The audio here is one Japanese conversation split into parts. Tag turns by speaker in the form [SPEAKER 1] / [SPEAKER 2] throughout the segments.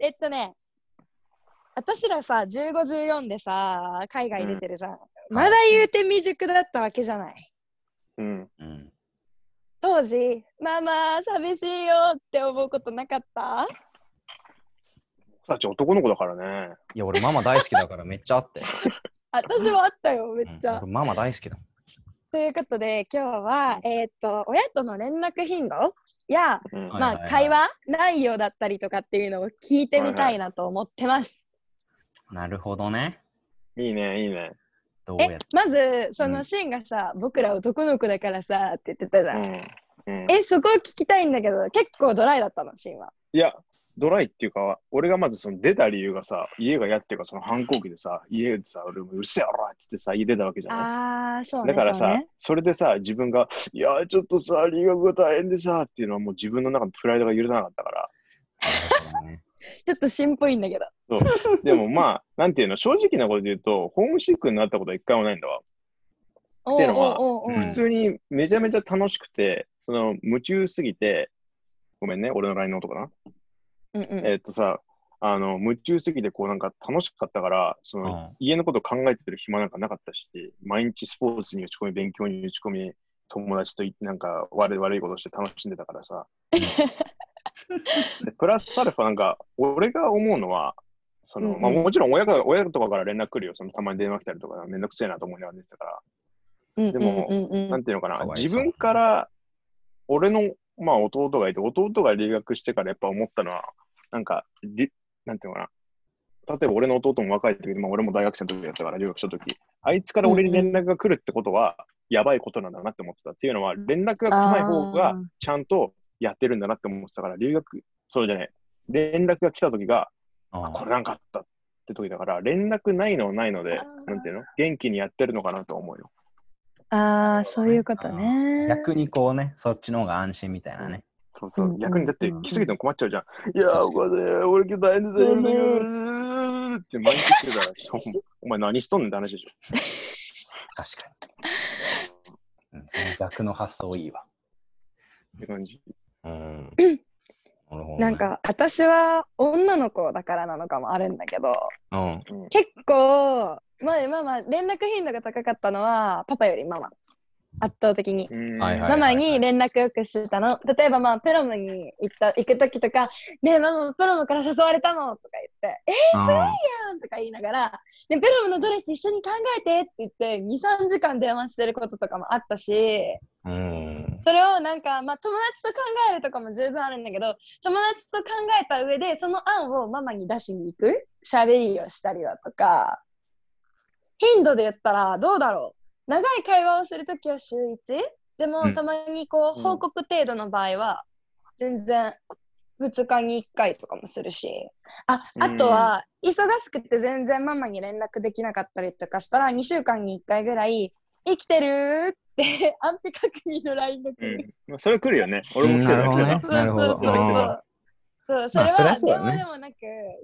[SPEAKER 1] えっとね、私らさ、15、14でさ、海外出てるじゃん。まだ言うて未熟だったわけじゃない。
[SPEAKER 2] うん。
[SPEAKER 3] うん。
[SPEAKER 1] 当時、ママ、寂しいよって思うことなかった
[SPEAKER 2] 僕たち男の子だからね。
[SPEAKER 3] いや、俺ママ大好きだからめっちゃあって。
[SPEAKER 1] 私もあったよ、めっち
[SPEAKER 3] うん
[SPEAKER 1] ゃ。
[SPEAKER 3] 俺ママ大好きだもん。
[SPEAKER 1] ということで、今日は、えーっと、親との連絡頻度や、
[SPEAKER 2] うん。
[SPEAKER 3] はい
[SPEAKER 1] まあ、会話内容だったりとかっていうのを聞いてみたいなと思ってます。
[SPEAKER 3] なるほどね。
[SPEAKER 2] いいね、いいね。
[SPEAKER 3] どうやっ
[SPEAKER 1] え
[SPEAKER 3] て。、
[SPEAKER 1] まず、そうの
[SPEAKER 3] ん
[SPEAKER 1] シーンがさ、僕ら男の子だからさ、って言ってたじゃん。
[SPEAKER 2] うん。うん、
[SPEAKER 1] え、そこを聞きたいんだけど、結構ドライだったの、シーンは。
[SPEAKER 2] いや、ドライっていうか、俺がまずその出た理由がさ、家が嫌っていうか、その反抗期でさ、家でさ、俺もうるせえおらっつってさ、家出たわけじゃない。
[SPEAKER 1] あー、そうね。
[SPEAKER 2] だから
[SPEAKER 1] そう
[SPEAKER 2] さ
[SPEAKER 1] ね、
[SPEAKER 2] それでさ、自分が、いや、ちょっとさ、留学が大変でさ、っていうのはもう自分の中のプライドが許さなかったから。
[SPEAKER 3] なるほどね
[SPEAKER 1] ちょっとシンっぽいんだけど。
[SPEAKER 2] そう。でもまあ、なんていうの、正直なこと言うと、ホームシックになったことは一回もないんだわ。
[SPEAKER 1] お
[SPEAKER 2] っ
[SPEAKER 1] う
[SPEAKER 2] てのは
[SPEAKER 1] おうおうおう
[SPEAKER 3] うん
[SPEAKER 2] 普通にめちゃめちゃ楽しくて、その、夢中すぎて、ごめんね、俺の LINE の音かな。
[SPEAKER 1] うん うん
[SPEAKER 2] えーっとさ、あの、夢中すぎて、こうなんか楽しかったから、その、
[SPEAKER 3] うん
[SPEAKER 2] 家のこと考えてる暇なんかなかったし、毎日スポーツに打ち込み、勉強に打ち込み、友達といなんか悪い悪いことして楽しんでたか らさ。でプラスアルファなんか、俺が思うのは、その、
[SPEAKER 1] うんうん
[SPEAKER 2] まあ、もちろん親が親とかから連絡来るよ。そのたまに電話来たりとか、めんどくせえなと思いながら寝てたから。
[SPEAKER 1] うん
[SPEAKER 2] でも
[SPEAKER 1] うんうんう
[SPEAKER 2] なんんていうのかな
[SPEAKER 3] か、わいそう
[SPEAKER 2] 自分から、俺の、まあ、弟がいて、弟が留学してからやっぱ思ったのは、なんか、りなんていうのかな、例えば俺の弟も若い時まあ、俺も大学生の時だったから、留学した時あいつから俺に連絡が来るってことは、やばいことなんだなって思ってたっていうのは、連絡が来ない方
[SPEAKER 1] あ
[SPEAKER 2] が
[SPEAKER 1] ー、
[SPEAKER 2] ちゃんとやってるんだなって思ってたから、留学、そうじゃない、連絡が来た時が、あこれなんかあったって時だから、連絡ないのはないので
[SPEAKER 1] あ、ー
[SPEAKER 2] なんていうの、元気にやってるのかなと思うよ。
[SPEAKER 1] あー、そういうこと
[SPEAKER 3] うん
[SPEAKER 1] ね。
[SPEAKER 3] 逆にこうね、そっちの方が安心みたいなね。
[SPEAKER 2] そうそう、
[SPEAKER 1] うんうん
[SPEAKER 2] 逆にだって
[SPEAKER 1] うん
[SPEAKER 2] 来すぎても困っちゃうじゃん。いやー、お母さん、俺今日大変だよ、
[SPEAKER 1] うん
[SPEAKER 2] うーって毎日してたら、お前何しとんねんって話でし
[SPEAKER 3] 確かに。うん、その逆の発想いいわ。
[SPEAKER 2] ょ。って感じ。
[SPEAKER 3] うん。なるほどね
[SPEAKER 1] なん、か、私は女の子だからなのかもあるんだけど、
[SPEAKER 3] うん。
[SPEAKER 1] 結構、まあまあまあ、連絡頻度が高かったのは、パパよりママ。圧倒的に。
[SPEAKER 2] うん
[SPEAKER 3] はいはい
[SPEAKER 1] ママに連絡よくしてたの。例えばまあ、プロムに行った行く時とか、ねえ、ママ、プロムから誘われたのとか言って、えー、やんとか言いながら、ね、プロムのドレス一緒に考えてって言って、2、3時間電話してることとかもあったし、
[SPEAKER 3] うん。
[SPEAKER 1] それをなんか、まあ、友達と考えるとかも十分あるんだけど友達と考えた上でその案をママに出しに行く喋りをしたりだとか頻度で言ったらどうだろう長い会話をするときは週 1? で
[SPEAKER 3] う
[SPEAKER 1] も
[SPEAKER 3] ん
[SPEAKER 1] たまにこう、
[SPEAKER 2] うん
[SPEAKER 1] 報告程度の場合は全然2日に1回とかもするしああとは忙しくて全然ママに連絡できなかったりとかしたら2週間に1回ぐらい「生きてる?」って 安否確認の LINE が来
[SPEAKER 2] う
[SPEAKER 1] る
[SPEAKER 2] ん。まあ、それ来るよね。俺も来て
[SPEAKER 3] な
[SPEAKER 2] る
[SPEAKER 3] るほどね
[SPEAKER 1] そう
[SPEAKER 3] なる
[SPEAKER 1] そう
[SPEAKER 3] ほど
[SPEAKER 1] そうそう。そうそれ
[SPEAKER 3] まあそり
[SPEAKER 1] は
[SPEAKER 3] ゃそうだよね
[SPEAKER 1] 電話でもなく、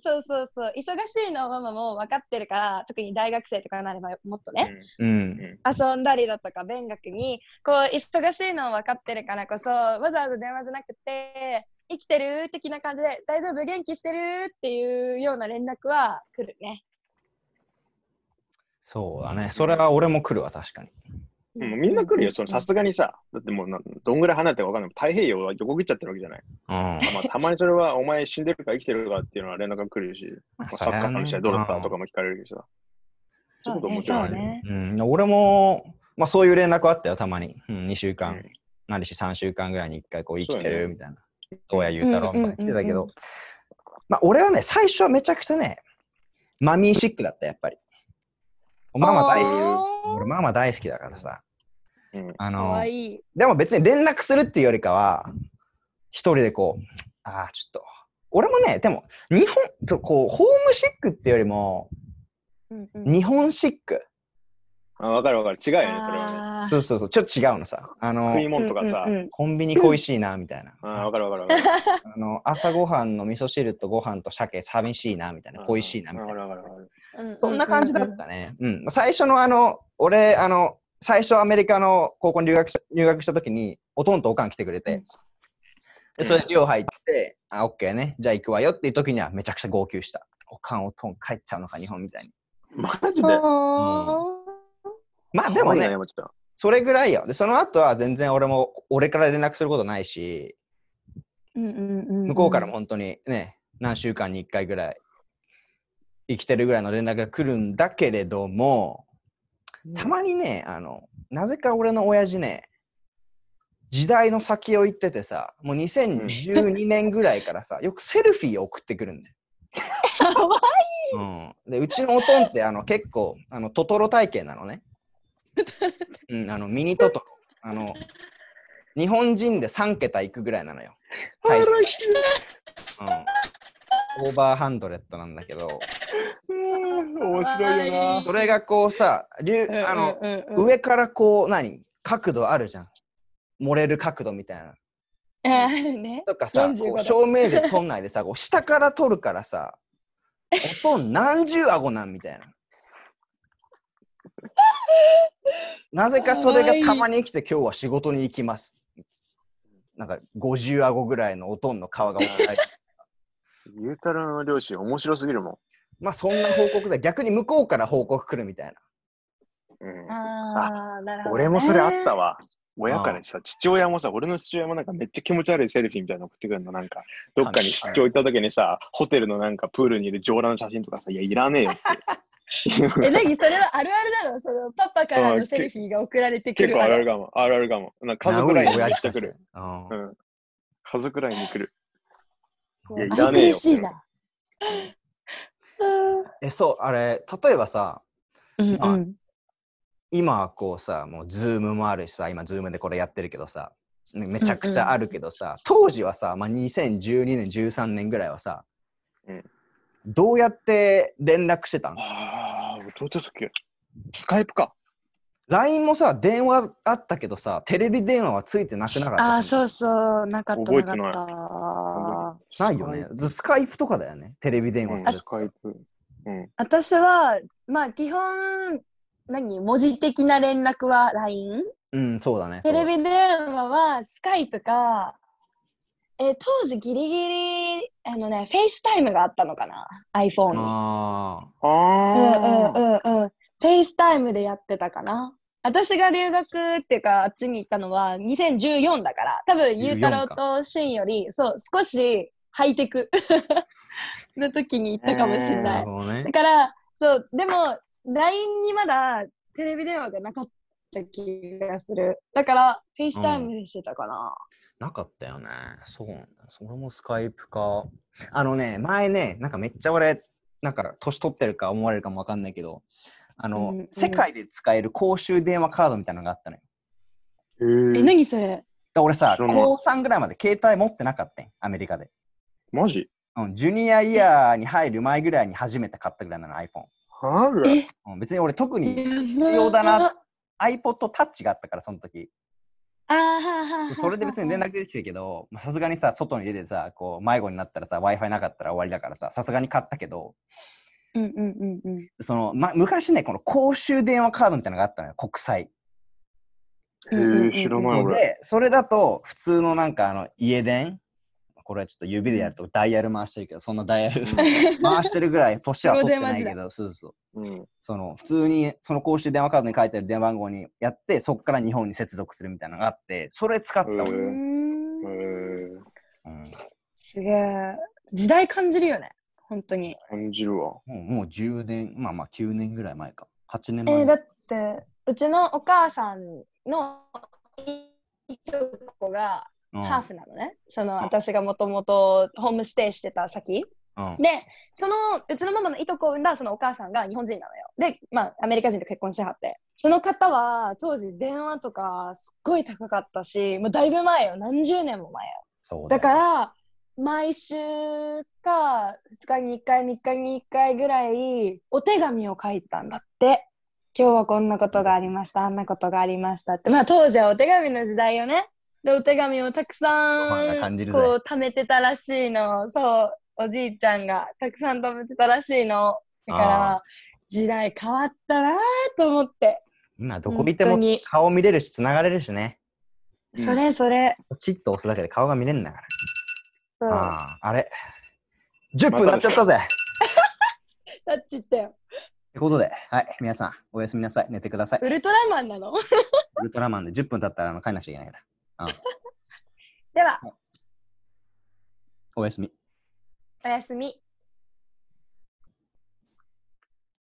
[SPEAKER 1] そうそうそう、忙しいのはママも分かってるから、特に大学生とかになればもっとね、
[SPEAKER 3] うん。
[SPEAKER 1] 遊んだりだとか、勉学に、こう、忙しいのは分かってるからこそ、わざわざ電話じゃなくて、生きてる的な感じで、大丈夫、元気してるっていうような連絡は来るね。
[SPEAKER 3] そうだね。それは俺も来るわ、確かに。
[SPEAKER 2] うん、もうみんな来るよ。そのさすがにさ、だってもうなどんぐらい離れてるかわかんない。太平洋は横切っちゃってるわけじゃない。
[SPEAKER 3] うん。
[SPEAKER 2] まあ、 たまにそれは、お前死んでるか生きてるかっていうのは連絡が来るし、まあ、サッカーの試合どうだったとかも聞かれるしさ。
[SPEAKER 1] そ
[SPEAKER 2] そういう
[SPEAKER 1] う
[SPEAKER 2] こと
[SPEAKER 1] ね、
[SPEAKER 2] もち
[SPEAKER 1] そ
[SPEAKER 2] ろんあ
[SPEAKER 1] う
[SPEAKER 2] るよ
[SPEAKER 1] ね。
[SPEAKER 3] うん、俺も、まあそういう連絡あったよ、たまに。うん、2週間、なりし3週間ぐらいに1回こう生き
[SPEAKER 2] そ
[SPEAKER 3] て
[SPEAKER 2] うや
[SPEAKER 3] る
[SPEAKER 2] ね
[SPEAKER 3] みたいな。どうや言うたろうみたいな来てたけ
[SPEAKER 1] うんうんうんう
[SPEAKER 3] ど、まあ俺はね、最初はめちゃくちゃね、マミーシックだった、やっぱり。ママ大好き。俺ママ大好きだからさ。
[SPEAKER 2] うん。
[SPEAKER 3] あ
[SPEAKER 1] か
[SPEAKER 3] の、
[SPEAKER 1] わいい。
[SPEAKER 3] でも別に連絡するっていうよりかは、一人でこう、ああ、ちょっと。俺もね、でも、日本、とこう、ホームシックっていうよりも、
[SPEAKER 1] うんうん
[SPEAKER 3] 日本シック。
[SPEAKER 2] あ、わかるわかる。違うよね、それはね。
[SPEAKER 1] あー
[SPEAKER 3] そうそうそう、ちょっと違うのさ。あの
[SPEAKER 2] 食い、物とかさ
[SPEAKER 1] うんう。んうん
[SPEAKER 3] コンビニ恋しいな、みたいな。
[SPEAKER 2] あわかるわかるわかる。
[SPEAKER 3] あの朝ごはんの味噌汁とご飯と鮭、寂しいな、みたいな。恋しいな、みたいな。
[SPEAKER 2] わかるわかるわかる。
[SPEAKER 1] うんうんうん
[SPEAKER 3] そんな感じだったね。うん。最初のあの、俺、あの、最初アメリカの高校に留学し入学した時に、おとんとおかん来てくれて、でそれで寮入って、あ、オッケーね、じゃあ行くわよっていう時にはめちゃくちゃ号泣した。おかんおとん帰っちゃうのか、日本みたいに。
[SPEAKER 2] マジで。
[SPEAKER 1] ほ
[SPEAKER 3] まあで
[SPEAKER 2] 可
[SPEAKER 3] も
[SPEAKER 2] 愛いな
[SPEAKER 3] ね、
[SPEAKER 2] 山ちゃん。
[SPEAKER 3] それぐらいよ。で、その後は全然俺も、俺から連絡することないし、
[SPEAKER 1] ーうんうんうん
[SPEAKER 3] 向こうからも本当にね、何週間に1回ぐらい、生きてるぐらいの連絡が来るんだけれども、たまにね、あの、なぜか俺の親父ね、時代の先を行っててさ、もう2012年ぐらいからさ、よくセルフィーを送ってくるんだよ。
[SPEAKER 1] かわ
[SPEAKER 3] うん、でうちのおとんってあの結構あのトトロ体型な のね、うん、あのミニトトロあの日本人で3桁いくぐらいなのよ、体重うん、オーバーハンドレットなんだけど
[SPEAKER 2] うん面白いよ
[SPEAKER 3] それがこうさ竜
[SPEAKER 1] いい
[SPEAKER 3] あの、
[SPEAKER 1] うんうんうん
[SPEAKER 3] 上からこう何角度あるじゃん漏れる角度みたいな
[SPEAKER 1] あーね
[SPEAKER 3] とかさ、
[SPEAKER 1] 45
[SPEAKER 3] こう
[SPEAKER 1] 度
[SPEAKER 3] 正面で撮んないでさ、こう下から撮るからさ、おとん何十顎なんみたいな。なぜかそれがたまに来て、今日は仕事に行きます。なんか50顎ぐらいのおとんの顔が笑 える
[SPEAKER 2] な。ゆうたろうの両親面白すぎるも
[SPEAKER 3] まあそんな報告で、逆に向こうから報告来るみたいな。
[SPEAKER 2] ん。うん、
[SPEAKER 1] ああなるほどね
[SPEAKER 2] 俺もそれあったわ。親からさ、父親もさ、俺の父親もなんかめっちゃ気持ち悪いセルフィーみたいなの送ってくるの、なんか、どっかに出張行った時にさ、ホテルのなんかプールにいる上裸の写真とかさ、いや、いらねえよ って。
[SPEAKER 1] え、何それはあるあるなのそのパパからのセルフィーが送られてく る
[SPEAKER 2] 結構
[SPEAKER 1] あ
[SPEAKER 2] あるあ
[SPEAKER 1] る。
[SPEAKER 2] るかも、あるあるかも。なんか家族ラインにめっちゃ来る。
[SPEAKER 3] うん
[SPEAKER 2] うん家族ラインに来る。
[SPEAKER 1] こ
[SPEAKER 2] いやいうらねえよ
[SPEAKER 1] 愛くるしいな。
[SPEAKER 3] え、そう、あれ、例えばさ、
[SPEAKER 1] うん
[SPEAKER 3] う
[SPEAKER 1] うん。
[SPEAKER 3] 今はこうさ、もうズームもあるしさ、今ズームでこれやってるけどさ、ねめちゃくちゃあるけどさ、当時はさ、まあ、2012年、13年ぐらいはさ、
[SPEAKER 2] うん
[SPEAKER 3] どうやって連絡してたん
[SPEAKER 2] ああ、どうだったっけスカイプか。
[SPEAKER 3] ?LINE もさ、電話あったけどさ、テレビ電話はついてなくなかった。。
[SPEAKER 1] ああ、そううそう、なかった
[SPEAKER 2] 覚え
[SPEAKER 1] なか
[SPEAKER 2] てない
[SPEAKER 1] った。
[SPEAKER 3] ないよね。ずスカイプとかだよね、テレビ電
[SPEAKER 2] う
[SPEAKER 3] 話
[SPEAKER 2] ん。
[SPEAKER 3] する
[SPEAKER 2] ス。カイプ。うん。
[SPEAKER 1] 私は、まあ基本、何文字的な連絡は LINE?
[SPEAKER 3] うん、そうだね。
[SPEAKER 1] テレビ電話はスカイプか、えー当時ギリギリ、あのね、フェイスタイムがあったのかな ?iPhone
[SPEAKER 3] そう
[SPEAKER 1] に。う
[SPEAKER 3] あ
[SPEAKER 2] あ
[SPEAKER 1] んうんうんうん。フェイスタイムでやってたかな。私が留学っていうか、あっちに行ったのは2014だから、多分、ゆうたろうとしんより、そう、少しハイテク の時に行ったかもしれな
[SPEAKER 3] あ。ないる。ほどね
[SPEAKER 1] だ。から、そう、でも、LINE にまだテレビ電話がなかった気がする。だから、フェイスタイムにしてたかな。
[SPEAKER 3] なかったよね。そうなんだ。それもスカイプか。あのね、前ね、なんかめっちゃ俺、なんか年取ってるか思われるかもわかんないけど、あの、
[SPEAKER 1] うんうん
[SPEAKER 3] 世界で使える公衆電話カードみたいなのがあったのよ。
[SPEAKER 2] あ。え
[SPEAKER 1] え、何それ
[SPEAKER 3] 俺さ、
[SPEAKER 2] 知らない
[SPEAKER 3] 高3ぐらいまで携帯持ってなかったん、アメリカで。
[SPEAKER 2] マジ
[SPEAKER 3] うん、ジュニアイヤーに入る前ぐらいに初めて買ったぐらいなの、iPhone。
[SPEAKER 2] ある
[SPEAKER 1] え
[SPEAKER 3] うん、別に俺特に
[SPEAKER 1] 必
[SPEAKER 3] 要だな。iPod Touch があったから、その時。
[SPEAKER 1] あーはーはーはー
[SPEAKER 3] それで別に連絡できてる けど、まあさすがにさ、外に出てさ、こう迷子になったらさ、Wi-Fi なかったら終わりだからさ、さすがに買ったけど、
[SPEAKER 1] うんうんうんうん。
[SPEAKER 3] その、ま、昔ね、この公衆電話カードみたいなのがあったのよ、国際。
[SPEAKER 2] えー、知らない俺。
[SPEAKER 3] で、それだと、普通のなんかあの、家電、これはちょっと指でやるとダイヤル回してるけど、そんなダイヤル 回してるぐらい年は取ってないけど、そうそう。
[SPEAKER 2] うん。
[SPEAKER 3] その、普通に、その公衆電話カードに書いてある電話番号にやって、そこから日本に接続するみたいなのがあって、それ使ってた
[SPEAKER 2] へ
[SPEAKER 3] も。
[SPEAKER 1] うん
[SPEAKER 2] ー
[SPEAKER 1] ん
[SPEAKER 2] えー、
[SPEAKER 3] うん
[SPEAKER 1] すげえ。時代感じるよね。本当に。
[SPEAKER 2] 感じるわ。
[SPEAKER 3] もうもう10年、まあまあ9年ぐらい前か。8年
[SPEAKER 1] え
[SPEAKER 3] 前。
[SPEAKER 1] ーだって、うちのお母さんのいとこが
[SPEAKER 3] うん
[SPEAKER 1] ハーフなのね。その私がもともとホームステイしてた先。
[SPEAKER 3] うん
[SPEAKER 1] で、そのうちのママのいとこを産んだそのお母さんが日本人なのよ。で、まあ、アメリカ人と結婚してはって。その方は当時電話とかすっごい高かったし、もうだいぶ前よ。何十年も前よ。
[SPEAKER 3] そう
[SPEAKER 1] だ
[SPEAKER 3] だ
[SPEAKER 1] か
[SPEAKER 3] よ
[SPEAKER 1] ら、毎週か2日に1回、3日に1回ぐらいお手紙を書いてたんだって。今日はこんなことがありました、あんなことがありましたって。まあ当時はお手紙の時代よね。で、お手紙をたく
[SPEAKER 3] ロマンが
[SPEAKER 1] さ
[SPEAKER 3] 感じ
[SPEAKER 1] ん
[SPEAKER 3] る
[SPEAKER 1] こ
[SPEAKER 3] ぜ
[SPEAKER 1] う貯めてたらしいの。そう、おじいちゃんがたくさん貯めてたらしいの。だか
[SPEAKER 3] あ
[SPEAKER 1] ら、時代変わったなぁと思って。
[SPEAKER 3] 今どこ見ても
[SPEAKER 1] 本当に
[SPEAKER 3] 顔見れるし、繋がれるしね。
[SPEAKER 1] それそれ。
[SPEAKER 3] ポチッと押すだけで顔が見れんだか
[SPEAKER 1] うん
[SPEAKER 3] ら。ああ、あれ ?10 分なっちゃったぜ
[SPEAKER 1] タッチって
[SPEAKER 3] ってことで、はい、皆さん、おやすみなさい。寝てください。
[SPEAKER 1] ウルトラマンなの
[SPEAKER 3] ウルトラマンで10分経ったらあの帰んなくちゃいけないから。
[SPEAKER 1] では、
[SPEAKER 3] おやすみ。
[SPEAKER 1] おやすみ。